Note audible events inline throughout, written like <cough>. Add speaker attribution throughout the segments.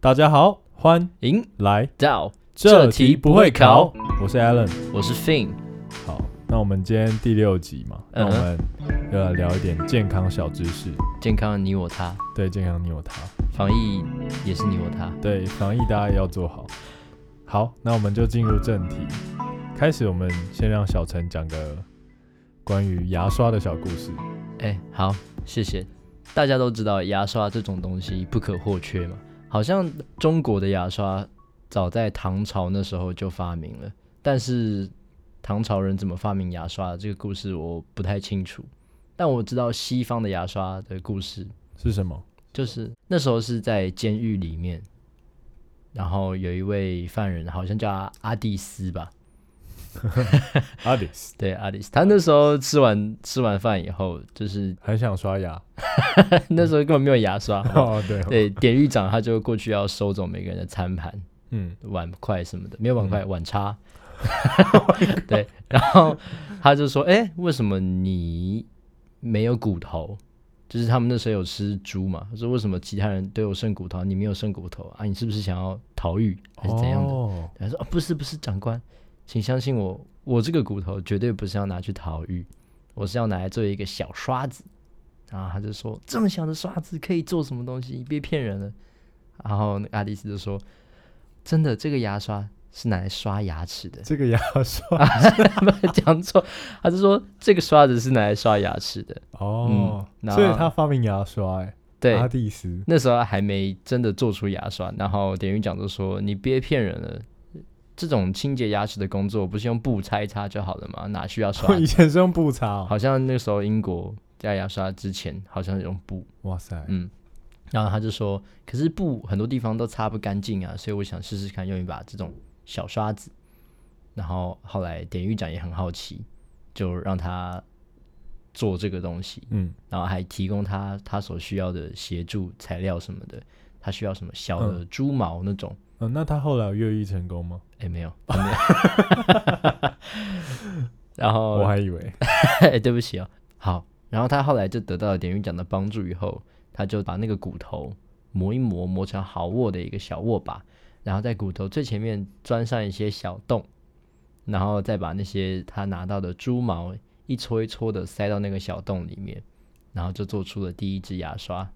Speaker 1: 大家好，欢
Speaker 2: 赢
Speaker 1: 来
Speaker 2: 到这题不会考，，
Speaker 1: 我是 Alan。
Speaker 2: 我是 Fin，
Speaker 1: 好，那我们今天第六集嘛，那我
Speaker 2: 嗯哼
Speaker 1: 们要来聊一点健康小知识。
Speaker 2: 健康的你我他，
Speaker 1: 对，健康你有它，
Speaker 2: 防疫也是你我他。
Speaker 1: 对防疫大家也要做好。好，那我们就进入正题，开始我们先让小陈讲个关于牙刷的小故事。
Speaker 2: 哎、好，谢谢。大家都知道牙刷这种东西不可或缺嘛，好像中国的牙刷早在唐朝那时候就发明了，但是唐朝人怎么发明牙刷这个故事我不太清楚，但我知道西方的牙刷的故事，
Speaker 1: 是什么？
Speaker 2: 就是那时候是在监狱里面，然后有一位犯人好像叫阿阿蒂斯吧，
Speaker 1: 阿里斯
Speaker 2: 对，阿里斯，他那时候吃完吃完饭以后，就是 <laughs>
Speaker 1: 很想刷牙。
Speaker 2: 那时候根本没有牙刷。
Speaker 1: 哦，对，
Speaker 2: 对，典狱长他就过去要收走每个人的餐盘、
Speaker 1: 嗯，
Speaker 2: 碗筷什么的，没有碗筷，碗叉。 <laughs> 对，然后他就说：“哎、为什么你没有骨头？就是他们那时候有吃猪嘛，他说为什么其他人都有剩骨头，你没有剩骨头啊？你是不是想要逃狱还是怎样的？”
Speaker 1: 哦
Speaker 2: 他说：“哦，不是不是，长官，请相信我，我这个骨头绝对不是要拿去逃狱，我是要拿来做一个小刷子。”然后他就说：“这么小的刷子可以做什么东西？别骗人了。”然后那个爱丽丝就说：“真的，这个牙刷是拿来刷牙齿的。” <laughs>
Speaker 1: 这个牙刷。
Speaker 2: 讲错，他就说这个刷子是拿来刷牙齿的。
Speaker 1: 哦，
Speaker 2: 嗯
Speaker 1: 所以
Speaker 2: 那
Speaker 1: 他发明牙刷、欸，
Speaker 2: 对，
Speaker 1: 阿蒂斯，
Speaker 2: 那时候还没真的做出牙刷，然后典狱长就说：“你别骗人了，这种清洁牙齿的工作不是用布擦一擦就好了吗？哪需
Speaker 1: <laughs>
Speaker 2: 要刷
Speaker 1: 以？前是用布擦、哦，
Speaker 2: 好像那时候英国加牙刷之前好像用布，
Speaker 1: 哇塞，
Speaker 2: 嗯。”然后他就说：“可是布很多地方都擦不干净啊，所以我想试试看用一把这种小刷子。”然后后来典狱长也很好奇，就让他做这个东西。
Speaker 1: 嗯，
Speaker 2: 然后还提供他他所需要的协助材料什么的，他需要什么小的猪毛那种，
Speaker 1: 呃那他后来有越狱成功吗？
Speaker 2: 哎、没有，没有。 <laughs> 然
Speaker 1: 我
Speaker 2: 后，
Speaker 1: 还以为，
Speaker 2: 哎， <laughs> 对不起哦，好，然后他后来就得到了典狱长的帮助以后，他就把那个骨头磨一磨，磨成好握的一个小握把，然后在骨头最前面钻上一些小洞，然后再把那些他拿到的猪毛一撮一撮的塞到那个小洞里面，然后就做出了第一支牙刷。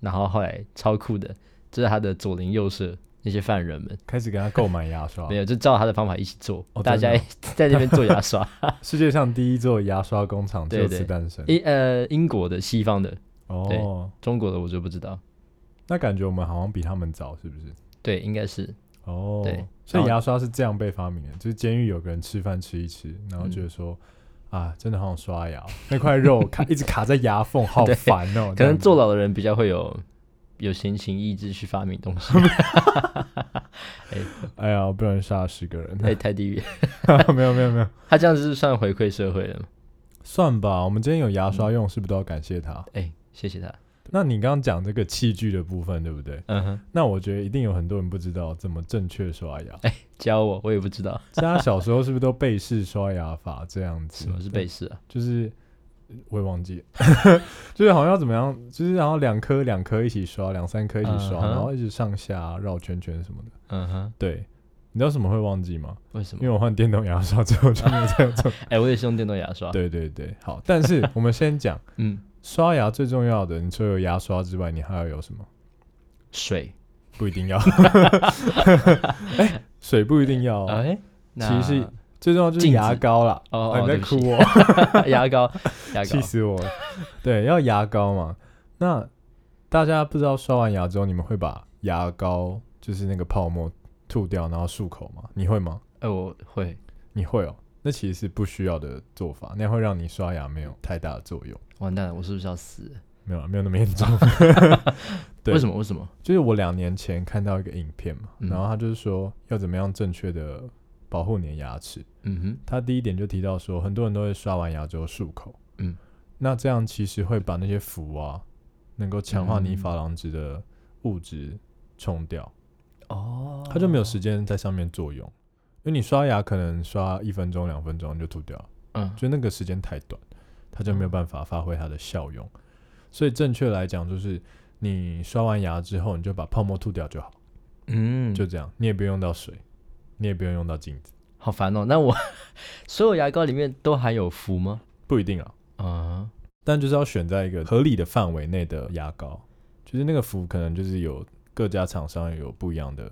Speaker 2: 然后后来超酷的，这是他的左邻右舍那些犯人们，
Speaker 1: 开始给他购买牙刷
Speaker 2: <laughs> 没，有就照他的方法一起做，
Speaker 1: 哦
Speaker 2: 大家
Speaker 1: 真的
Speaker 2: <laughs> 在那边做牙
Speaker 1: <laughs>
Speaker 2: 刷。
Speaker 1: 世界上第一座牙刷工厂就
Speaker 2: 对
Speaker 1: 此
Speaker 2: 对
Speaker 1: 诞生。
Speaker 2: 英呃英国的、西方的、
Speaker 1: 哦，
Speaker 2: 中国的我就不知道，
Speaker 1: 那感觉我们好像比他们早，是不是？
Speaker 2: 对，应该是
Speaker 1: 哦，
Speaker 2: 对
Speaker 1: 所以
Speaker 2: 然后
Speaker 1: 牙刷是这样被发明的，就是监狱有个人吃饭吃一吃，然
Speaker 2: 嗯
Speaker 1: 后觉得说。啊，真的好想刷牙，那块肉卡一直卡在牙缝，好
Speaker 2: <laughs> 对
Speaker 1: 烦哦。
Speaker 2: 可
Speaker 1: 这样
Speaker 2: 能
Speaker 1: 子
Speaker 2: 坐牢的人比较会有有闲情逸致去发明东 <laughs> 西，
Speaker 1: 哎呀，不然杀了十个人，
Speaker 2: 太太地狱。
Speaker 1: <laughs> 没有没有没有，
Speaker 2: 他这样子是算回馈社会了吗？
Speaker 1: 算吧。我们今天有牙
Speaker 2: 嗯
Speaker 1: 刷用，是不是都要感谢他？
Speaker 2: 哎、谢谢他。
Speaker 1: 那你刚刚讲这个器具的部分，对不对？
Speaker 2: 嗯哼，
Speaker 1: 那我觉得一定有很多人不知道怎么正确刷
Speaker 2: <laughs>
Speaker 1: 牙。
Speaker 2: 教我，我也不知道
Speaker 1: 大家小时候是不是都背式刷牙法这样子？
Speaker 2: 什么是背式啊。
Speaker 1: 就是呃我也忘记了， <laughs> 就是好像要怎么样，就是然后两颗两颗一起刷，两三颗一起刷
Speaker 2: 嗯哼
Speaker 1: 然后一直上下绕圈圈什么的。
Speaker 2: 嗯哼，
Speaker 1: 对，你知道什么会忘记吗？
Speaker 2: 为什
Speaker 1: 因
Speaker 2: 么？
Speaker 1: 为我换电动牙刷之后就没有 <laughs>
Speaker 2: <laughs>
Speaker 1: 这样做。
Speaker 2: 哎、我也是用电动牙刷。，
Speaker 1: 对对对，好，但是我们先讲
Speaker 2: 嗯，
Speaker 1: 刷牙最重要的，你除了有牙刷之外，你还要有什么？
Speaker 2: 水。
Speaker 1: 不一定
Speaker 2: <laughs>
Speaker 1: 要。哎、水不一定要、哦，
Speaker 2: 哎、那
Speaker 1: 其实是最重要就是
Speaker 2: 镜子
Speaker 1: 牙膏啦。
Speaker 2: 哦
Speaker 1: 啊
Speaker 2: 哦
Speaker 1: 你在
Speaker 2: 对不起
Speaker 1: 哭哦，
Speaker 2: <laughs> 牙膏，牙
Speaker 1: <laughs>
Speaker 2: 膏
Speaker 1: 气。死我了。对，要牙膏嘛。那大家不知道刷完牙之后，你们会把牙膏就是那个泡沫吐掉，然后漱口吗？你会吗？
Speaker 2: 哎、我会。
Speaker 1: 你会哦。那其实是不需要的做法，那样会让你刷牙没有太大的作用。
Speaker 2: 完蛋了，我是不是要死了？
Speaker 1: 没有啊，没有那么严
Speaker 2: <laughs>
Speaker 1: 重。对
Speaker 2: 为什么？为什么？
Speaker 1: 就是我两年前看到一个影片嘛，
Speaker 2: 嗯
Speaker 1: 然后他就是说要怎么样正确的保护你的牙齿。
Speaker 2: 嗯哼，
Speaker 1: 他第一点就提到说，很多人都会刷完牙之后漱口，
Speaker 2: 嗯，
Speaker 1: 那这样其实会把那些氟啊，能够强化你
Speaker 2: 嗯
Speaker 1: 珐琅质的物质冲掉，
Speaker 2: 哦，
Speaker 1: 它就没有时间在上面作用。因为你刷牙可能刷一分钟、两分钟就吐掉了，
Speaker 2: 嗯，
Speaker 1: 就那个时间太短，它就没有办法发挥它的效用。所以正确来讲，就是你刷完牙之后，你就把泡沫吐掉就好，
Speaker 2: 嗯，
Speaker 1: 就这样，你也不用用到水，你也不用用到镜子，
Speaker 2: 好烦哦。那我 <laughs> 所有牙膏里面都含有氟吗？
Speaker 1: 不一定啊，
Speaker 2: 啊，
Speaker 1: 但就是要选在一个合理的范围内的牙膏，就是那个氟可能就是有各家厂商有不一样的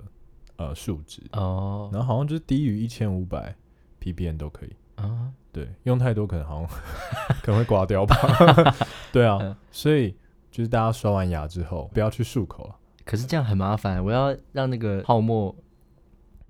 Speaker 1: 呃数值，
Speaker 2: 哦，
Speaker 1: 然后好像就是低于一千五百 ppm 都可以。
Speaker 2: 啊，
Speaker 1: 对，用太多可能好像 <laughs> 可能会刮掉吧。 <laughs> 对
Speaker 2: 嗯
Speaker 1: 啊，所以就是大家刷完牙之后，不要去漱口啊，
Speaker 2: 可是这样很麻烦，我要让那个泡沫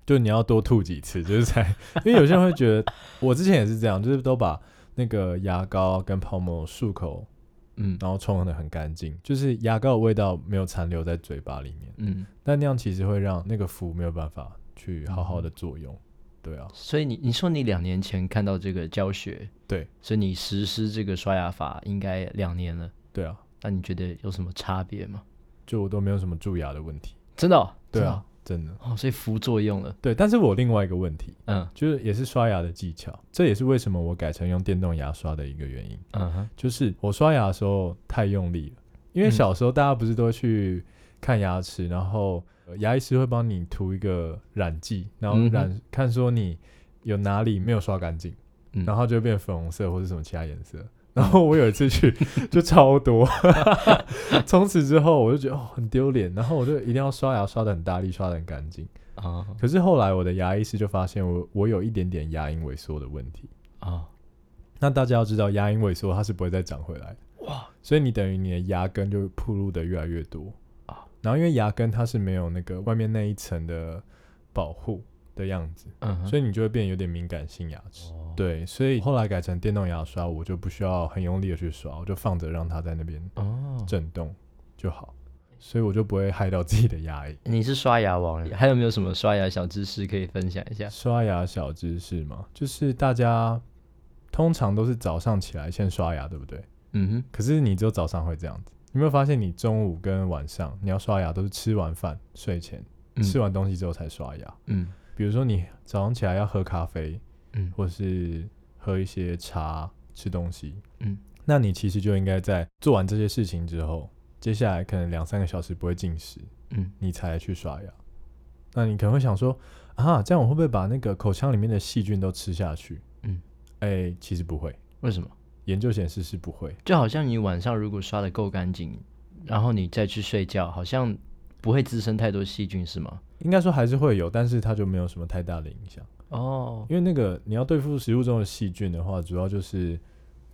Speaker 1: 就你要多吐几次，就是才因为有些人会觉得，我之前也是这样，就是都把那个牙膏跟泡沫漱口，
Speaker 2: 嗯
Speaker 1: 然后冲的很干净，就是牙膏的味道没有残留在嘴巴里面，
Speaker 2: 嗯，
Speaker 1: 但那样其实会让那个氟没有办法去好好的作用。对啊，
Speaker 2: 所以你你说你两年前看到这个教学，
Speaker 1: 对，
Speaker 2: 所以你实施这个刷牙法应该两年了，
Speaker 1: 对啊，
Speaker 2: 那你觉得有什么差别吗？
Speaker 1: 就我都没有什么蛀牙的问题。
Speaker 2: 真的、哦，
Speaker 1: 对
Speaker 2: 真的
Speaker 1: 啊，真的。
Speaker 2: 哦，哦，所以氟作用了，
Speaker 1: 对，但是我另外一个问题，
Speaker 2: 嗯
Speaker 1: 就是也是刷牙的技巧，这也是为什么我改成用电动牙刷的一个原因。
Speaker 2: 嗯哼，
Speaker 1: 就是我刷牙的时候太用力了，因为
Speaker 2: 嗯
Speaker 1: 小时候大家不是都会去看牙齿，然后呃牙医师会帮你涂一个染剂，然后
Speaker 2: 嗯哼
Speaker 1: 染、看说你有哪里没有刷干净，
Speaker 2: 嗯
Speaker 1: 然后就会变粉红色或是什么其他颜色。 <laughs> 然后我有一次
Speaker 2: <laughs>
Speaker 1: 去就超多， <laughs> 从此之后我就觉得哦很丢脸，然后我就一定要刷牙刷的很大力，刷的很干净。
Speaker 2: 啊
Speaker 1: 可是后来我的牙医师就发现我我有一点点牙龈萎缩的问题。
Speaker 2: 啊，
Speaker 1: 那大家要知道，牙龈萎缩它是不会再长回来的，
Speaker 2: 哇，
Speaker 1: 所以你等于你的牙根就暴露的越来越多
Speaker 2: 啊
Speaker 1: 然后因为牙根它是没有那个外面那一层的保护的样子，
Speaker 2: 嗯哼，
Speaker 1: 所以你就会变有点敏感性牙齿。
Speaker 2: 哦，
Speaker 1: 对，所以后来改成电动牙刷，我就不需要很用力的去刷，我就放着让它在那边
Speaker 2: 哦，
Speaker 1: 震动就好，所以我就不会害到自己的牙龈。
Speaker 2: 你是刷牙王，还有没有什么刷牙小知识可以分享一下？
Speaker 1: 刷牙小知识嘛，就是大家通常都是早上起来先刷牙，对不对？
Speaker 2: 嗯
Speaker 1: 可是你只有早上会这样子，你有没有发现你中午跟晚上你要刷牙都是吃完饭、睡前、
Speaker 2: 哼，
Speaker 1: 吃
Speaker 2: 完，
Speaker 1: 完东西之后才刷牙？
Speaker 2: 嗯
Speaker 1: 比如说你早上起来要喝咖啡，
Speaker 2: 嗯
Speaker 1: 或是喝一些茶、吃东西，
Speaker 2: 嗯，
Speaker 1: 那你其实就应该在做完这些事情之后，接下来可能两三个小时不会进食，
Speaker 2: 嗯，
Speaker 1: 你才去刷牙。那你可能会想说，啊，这样我会不会把那个口腔里面的细菌都吃下去？
Speaker 2: 嗯，
Speaker 1: 哎、其实不会，
Speaker 2: 为什么？
Speaker 1: 研究显示是不会。
Speaker 2: 就好像你晚上如果刷的够干净，然后你再去睡觉，好像不会滋生太多细菌，是吗？
Speaker 1: 应该说还是会有，但是它就没有什么太大的影响，
Speaker 2: 哦，
Speaker 1: 因为那个你要对付食物中的细菌的话，主要就是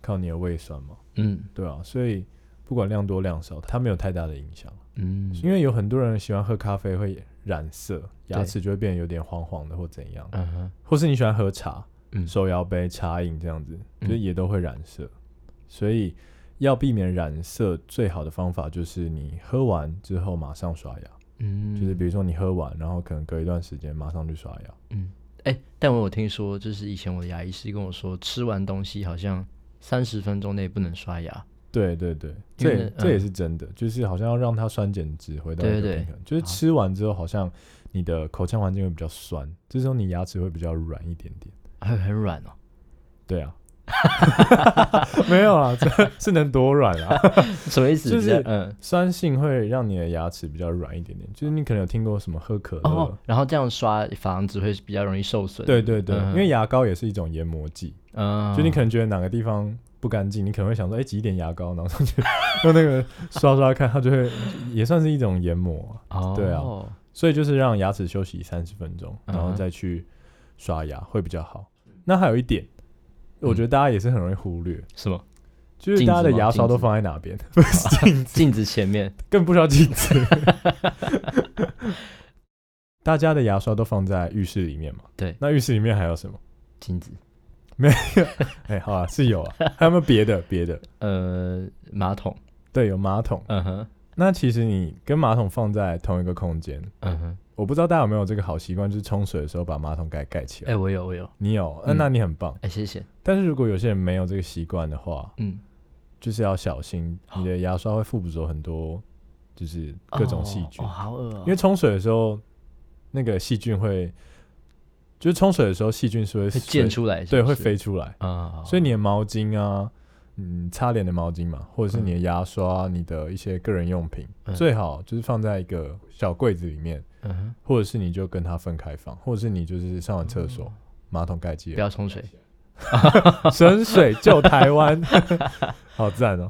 Speaker 1: 靠你的胃酸嘛，
Speaker 2: 嗯
Speaker 1: 对啊，所以不管量多量少，它没有太大的影响。
Speaker 2: 嗯
Speaker 1: 因为有很多人喜欢喝咖啡会染色，牙
Speaker 2: 对
Speaker 1: 齿就会变得有点黄黄的或怎样，
Speaker 2: 嗯哼
Speaker 1: 或是你喜欢喝茶，
Speaker 2: 嗯
Speaker 1: 手摇杯、茶饮这样子，
Speaker 2: 嗯
Speaker 1: 就是也都会染色。所以要避免染色，最好的方法就是你喝完之后马上刷牙，
Speaker 2: 嗯
Speaker 1: 就是比如说你喝完，然后可能隔一段时间马上去刷牙。
Speaker 2: 嗯哎、但我有听说，就是以前我的牙医师跟我说，吃完东西好像三十分钟内不能刷牙。 <laughs>
Speaker 1: 对对对，
Speaker 2: 因
Speaker 1: 这
Speaker 2: 为
Speaker 1: 也、
Speaker 2: 那
Speaker 1: 这也
Speaker 2: 嗯
Speaker 1: 是真的，就是好像要让它酸碱值回到一个
Speaker 2: 对对
Speaker 1: 平衡，就是
Speaker 2: 好
Speaker 1: 吃完之后好像你的口腔环境会比较酸，这时候你牙齿会比较软一点点。
Speaker 2: 还会很软
Speaker 1: <laughs>
Speaker 2: 哦，
Speaker 1: 对啊， <laughs> 没有啊，这是能多软啊？ <laughs>
Speaker 2: 什么意思？
Speaker 1: 就是
Speaker 2: 比较嗯
Speaker 1: 酸性会让你的牙齿比较软一点点，就是你可能有听过什么喝可乐，
Speaker 2: 哦，然后这样刷反而只会比较容易受损。
Speaker 1: 呃对对对，
Speaker 2: 嗯
Speaker 1: 因为牙膏也是一种研磨剂，
Speaker 2: 嗯，
Speaker 1: 就你可能觉得哪个地方不干净，你可能会想说，哎、挤一点牙膏，然后上去用 <laughs> 那个刷刷看，它就会也算是一种研磨啊、
Speaker 2: 哦
Speaker 1: 对啊所以就是让牙齿休息三十分钟，然后
Speaker 2: 嗯哼
Speaker 1: 再去刷牙会比较好。那还有一点，我觉得大家也是很容易忽略，
Speaker 2: 什么
Speaker 1: 就是大家的
Speaker 2: 镜子吗
Speaker 1: 牙刷都
Speaker 2: 镜子
Speaker 1: 放在哪边，
Speaker 2: 镜子前面
Speaker 1: 更不需要镜子。 <laughs> 大家的牙刷都放在浴室里面嘛？
Speaker 2: 对
Speaker 1: 那浴室里面还有什么？
Speaker 2: 镜子，
Speaker 1: 哎、好啊，是有啊，还有没有别的？别的？
Speaker 2: 呃，马桶，
Speaker 1: 对，有马桶。
Speaker 2: 嗯哼
Speaker 1: 那其实你跟马桶放在同一个空间，
Speaker 2: 嗯哼，
Speaker 1: 我不知道大家有没有这个好习惯，就是冲水的时候把马桶盖盖起
Speaker 2: 哎、
Speaker 1: 来。
Speaker 2: 我有我有，
Speaker 1: 你有，呃那、
Speaker 2: 嗯
Speaker 1: 那你很棒。
Speaker 2: 哎、谢谢，
Speaker 1: 但是如果有些人没有这个习惯的话，
Speaker 2: 嗯，
Speaker 1: 就是要小心，
Speaker 2: 哦
Speaker 1: 你的牙刷会附着很多，就是各种细菌
Speaker 2: 哦，哦。好恶、哦，
Speaker 1: 因为冲水的时候，那个细菌会，就是冲水的时候细菌是会
Speaker 2: 会溅出来是不
Speaker 1: 对，
Speaker 2: 是，
Speaker 1: 会飞出来。
Speaker 2: 啊、
Speaker 1: 所以你的毛巾啊，嗯擦脸的毛巾嘛，或者是你的牙刷、你的一些个人用品，
Speaker 2: 嗯
Speaker 1: 最好就是放在一个小柜子里面，
Speaker 2: 嗯哼，
Speaker 1: 或者是你就跟它分开放，或者是你就是上完厕所、马桶盖接
Speaker 2: 嗯不要冲
Speaker 1: <laughs>
Speaker 2: 水。
Speaker 1: 省水救台湾， <laughs> 好赞哦！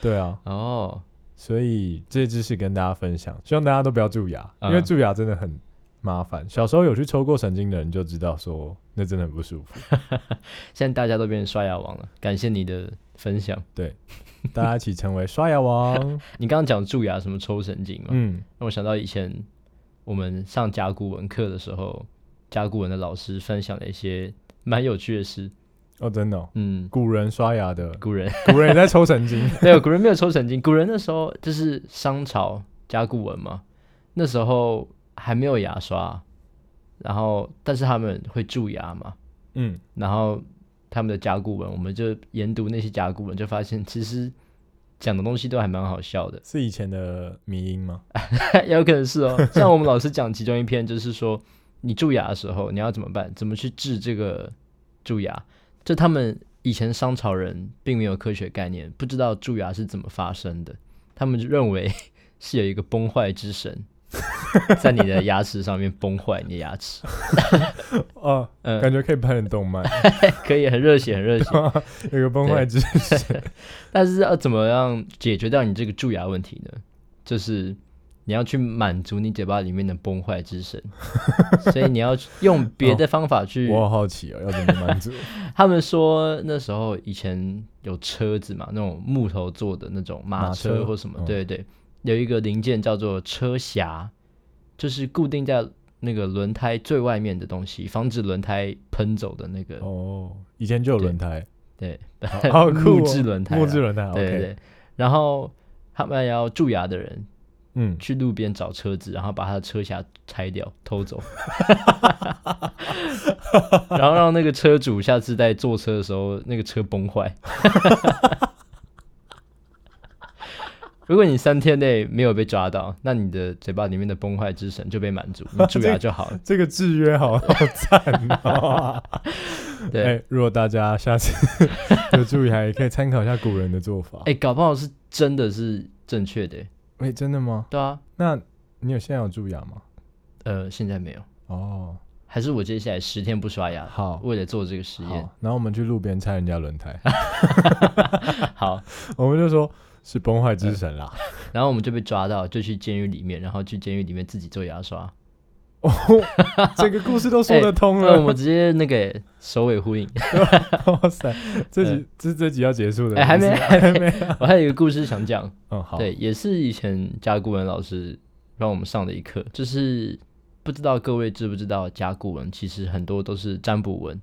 Speaker 1: 对啊，
Speaker 2: 哦，
Speaker 1: 所以这些知识跟大家分享，希望大家都不要蛀牙，因为
Speaker 2: 嗯
Speaker 1: 蛀牙真的很麻烦。小时候有去抽过神经的人就知道，说那真的很不舒
Speaker 2: <laughs>
Speaker 1: 服。
Speaker 2: 现在大家都变成刷牙王了，感谢你的分享。
Speaker 1: 大家一起成为刷牙
Speaker 2: <laughs>
Speaker 1: 王。
Speaker 2: 你刚刚讲蛀牙什么抽神经嘛，
Speaker 1: 嗯，
Speaker 2: 让我想到以前我们上甲骨文课的时候，甲骨文的老师分享了一些蛮有趣的事。
Speaker 1: 哦，真的、哦，
Speaker 2: 嗯，
Speaker 1: 古人刷牙的，
Speaker 2: 古人
Speaker 1: 古人也在抽神经。
Speaker 2: <laughs> 没有古人没有抽神经，古人那时候就是商朝甲骨文嘛，那时候还没有牙刷，然后但是他们会蛀牙嘛，
Speaker 1: 嗯，
Speaker 2: 然后他们的甲骨文，我们就研读那些甲骨文，就发现其实讲的东西都还蛮好笑的。
Speaker 1: 是以前的迷音吗？
Speaker 2: <laughs> 有可能是哦。像我们老师讲其中一篇，就是说你蛀牙的时候你要怎么办，怎么去治这个蛀牙？就他们以前商朝人并没有科学概念，不知道蛀牙是怎么发生的，他们就认为是有一个崩坏之神 <laughs> 在你的牙齿上面崩坏你的牙齿，
Speaker 1: 哦，
Speaker 2: 嗯
Speaker 1: 感觉可以拍成动
Speaker 2: <laughs>
Speaker 1: 漫，
Speaker 2: 可以很热血，很热血。
Speaker 1: 有个崩坏之神。
Speaker 2: 但是要怎么样解决掉你这个蛀牙问题呢？就是你要去满足你嘴巴里面的崩坏
Speaker 1: <laughs>
Speaker 2: 之神，所以你要用别的方法去。
Speaker 1: 我好好奇哦，要怎么满
Speaker 2: <laughs>
Speaker 1: 足？
Speaker 2: 他们说那时候以前有车子嘛，那种木头做的那种马
Speaker 1: 马
Speaker 2: 车
Speaker 1: 车
Speaker 2: 或什么，
Speaker 1: 嗯
Speaker 2: 对对，有一个零件叫做车匣，就是固定在那个轮胎最外面的东西，防止轮胎喷走的那个，
Speaker 1: 哦，以前就有轮胎，
Speaker 2: 对，
Speaker 1: 好好酷、哦，
Speaker 2: <laughs> 木质轮胎啊
Speaker 1: 木质轮胎。
Speaker 2: 对对
Speaker 1: OK，
Speaker 2: 对。然后他们要蛀牙的人
Speaker 1: 嗯，
Speaker 2: 去路边找车子，然后把他的车匣拆掉偷走， <laughs> 然后让那个车主下次在坐车的时候那个车崩坏。 <laughs> 如果你三天内没有被抓到，那你的嘴巴里面的崩坏之神就被满足，你蛀牙就好了。
Speaker 1: 这个制约好好赞
Speaker 2: <laughs>
Speaker 1: 哦。
Speaker 2: 对，
Speaker 1: 哎、
Speaker 2: <laughs> 哎、
Speaker 1: 如果大家下
Speaker 2: <laughs>
Speaker 1: 次有注意，还可以参考一下古人的做法。哎、
Speaker 2: 搞不好是真的是正确的、
Speaker 1: 真的吗？
Speaker 2: 对啊，
Speaker 1: 那你有现在有蛀牙吗？
Speaker 2: 呃，现在没有，
Speaker 1: 哦，
Speaker 2: 还是我接下来十天不刷牙，
Speaker 1: 好，
Speaker 2: 为了做这个实
Speaker 1: 好
Speaker 2: 验。，
Speaker 1: 然后我们去路边拆人家轮胎， <laughs>
Speaker 2: 好，
Speaker 1: 我们就说是崩坏之神
Speaker 2: <laughs>
Speaker 1: 啦。
Speaker 2: 然后我们就被抓到，就去监狱里面，然后去监狱里面自己做牙刷。
Speaker 1: 哦，这个故事都说得通
Speaker 2: 那我
Speaker 1: 了。
Speaker 2: 们直接那个首尾呼应。
Speaker 1: <laughs> 哇塞，这集这这集要结束的，
Speaker 2: 哎还没
Speaker 1: 是还没。
Speaker 2: <laughs> 我还有一个故事想讲，
Speaker 1: 嗯，好，
Speaker 2: 对，也是以前甲骨文老师让我们上的一课，就是不知道各位知不知道甲骨文其实很多都是占卜文，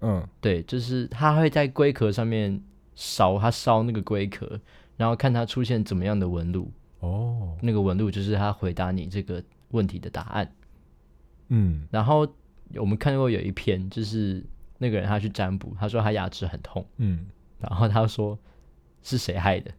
Speaker 1: 嗯，
Speaker 2: 对，就是他会在龟壳上面烧，他烧那个龟壳，然后看它出现怎么样的纹路，
Speaker 1: 哦，
Speaker 2: 那个纹路就是他回答你这个问题的答案。
Speaker 1: 嗯，
Speaker 2: 然后我们看过有一篇，就是那个人他去占卜，他说他牙齿很痛，
Speaker 1: 嗯，
Speaker 2: 然后他说是谁害的，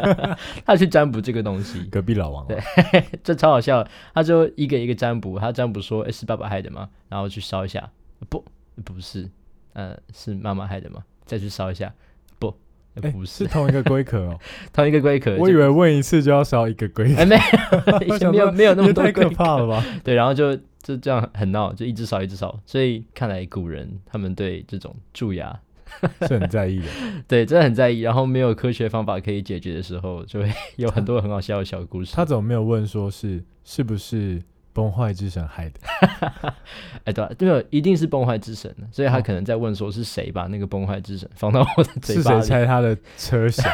Speaker 2: <laughs> 他去占卜这个东西，
Speaker 1: 隔壁老王啊，
Speaker 2: 对这超好笑的。他就一个一个占卜，他占卜说诶是爸爸害的吗？然后去烧一下，不不是，呃是妈妈害的吗？再去烧一下，不、呃
Speaker 1: 哎
Speaker 2: 不
Speaker 1: 是
Speaker 2: 是，
Speaker 1: 同一个龟壳
Speaker 2: <laughs>
Speaker 1: 哦。
Speaker 2: 同一个龟壳，
Speaker 1: 我以为问一次就要烧一个龟
Speaker 2: 就。
Speaker 1: 壳
Speaker 2: 哎，没 <laughs>
Speaker 1: 我
Speaker 2: 有
Speaker 1: 想
Speaker 2: 没有
Speaker 1: 说
Speaker 2: 没有那么
Speaker 1: 也
Speaker 2: 多
Speaker 1: 太
Speaker 2: 龟
Speaker 1: 可怕了吧？
Speaker 2: 对，然后就就这样很闹，就一直烧一直烧。所以看来古人他们对这种蛀牙，
Speaker 1: 是很在意的。
Speaker 2: 对真的很在意，然后没有科学方法可以解决的时候，
Speaker 1: <laughs>
Speaker 2: 就会有很多很好笑的小故事。
Speaker 1: 他怎么没有问说是是不是崩坏之神害的？
Speaker 2: 哎，对、啊，没有一定是崩坏之神的，所以他
Speaker 1: 哦
Speaker 2: 可能在问说是谁把那个崩坏之神放到我的嘴
Speaker 1: 是
Speaker 2: 巴
Speaker 1: 谁
Speaker 2: 里。
Speaker 1: 拆他的车
Speaker 2: <laughs>
Speaker 1: 厢，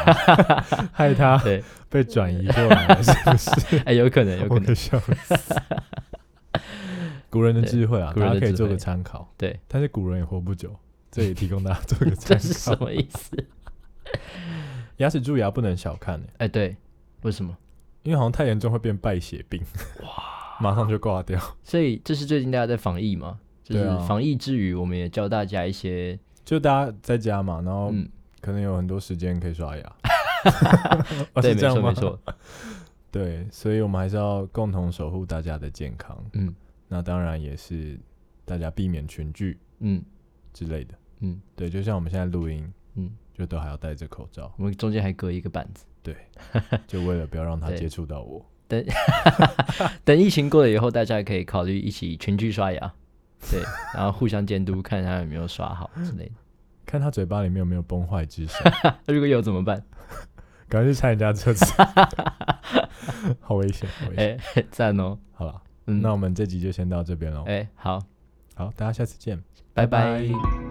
Speaker 1: 害他
Speaker 2: 对，
Speaker 1: 被转移过来了？是不是？
Speaker 2: 哎，有可能，有可
Speaker 1: 我
Speaker 2: 能
Speaker 1: 可，笑死。古人的智慧啊，
Speaker 2: 对古
Speaker 1: 大家
Speaker 2: 人的
Speaker 1: 可以
Speaker 2: 智
Speaker 1: 做个
Speaker 2: 慧
Speaker 1: 参考。
Speaker 2: 对，
Speaker 1: 但是古人也活不久，这也提供大家做
Speaker 2: <laughs>
Speaker 1: 个参
Speaker 2: 这是什
Speaker 1: 考。
Speaker 2: 么意思？
Speaker 1: 牙齿蛀牙不能小看、欸，
Speaker 2: 哎，对，为什么？
Speaker 1: 因为好像太严重会变败血病，哇，马上就挂掉。
Speaker 2: 所以这是最近大家在防疫嘛，就是
Speaker 1: 对啊
Speaker 2: 防疫之余，我们也教大家一些，
Speaker 1: 就大家在家嘛，然后
Speaker 2: 嗯，
Speaker 1: 可能有很多时间可以刷
Speaker 2: <laughs>
Speaker 1: 牙。哦
Speaker 2: 对，
Speaker 1: 是
Speaker 2: 没
Speaker 1: 这样
Speaker 2: 错，
Speaker 1: 吗
Speaker 2: 没错，
Speaker 1: 对，所以我们还是要共同守护大家的健康。
Speaker 2: 嗯
Speaker 1: 那当然也是大家避免群聚
Speaker 2: 嗯
Speaker 1: 之类的。
Speaker 2: 嗯
Speaker 1: 对，就像我们现在录音，
Speaker 2: 嗯，
Speaker 1: 就都还要戴着口罩，
Speaker 2: 我们中间还隔一个板子。
Speaker 1: 对，就为了不要让他
Speaker 2: 对
Speaker 1: 接触到我。
Speaker 2: 等疫情过了以后，大家可以考虑一起群聚刷牙，对，然后互相监督，看他有没有刷好之类的。
Speaker 1: 看他嘴巴里面有没有崩坏之声，
Speaker 2: 如果有怎么办？
Speaker 1: 赶快去拆人家车子， <laughs> 好危险，好危险。
Speaker 2: 哎、 <laughs> 赞哦，
Speaker 1: 好了，
Speaker 2: 嗯，哎
Speaker 1: 那我们这集就先到这边喽。
Speaker 2: 哎、好，
Speaker 1: 好，大家下次见。
Speaker 2: 拜
Speaker 1: 拜
Speaker 2: 拜
Speaker 1: 拜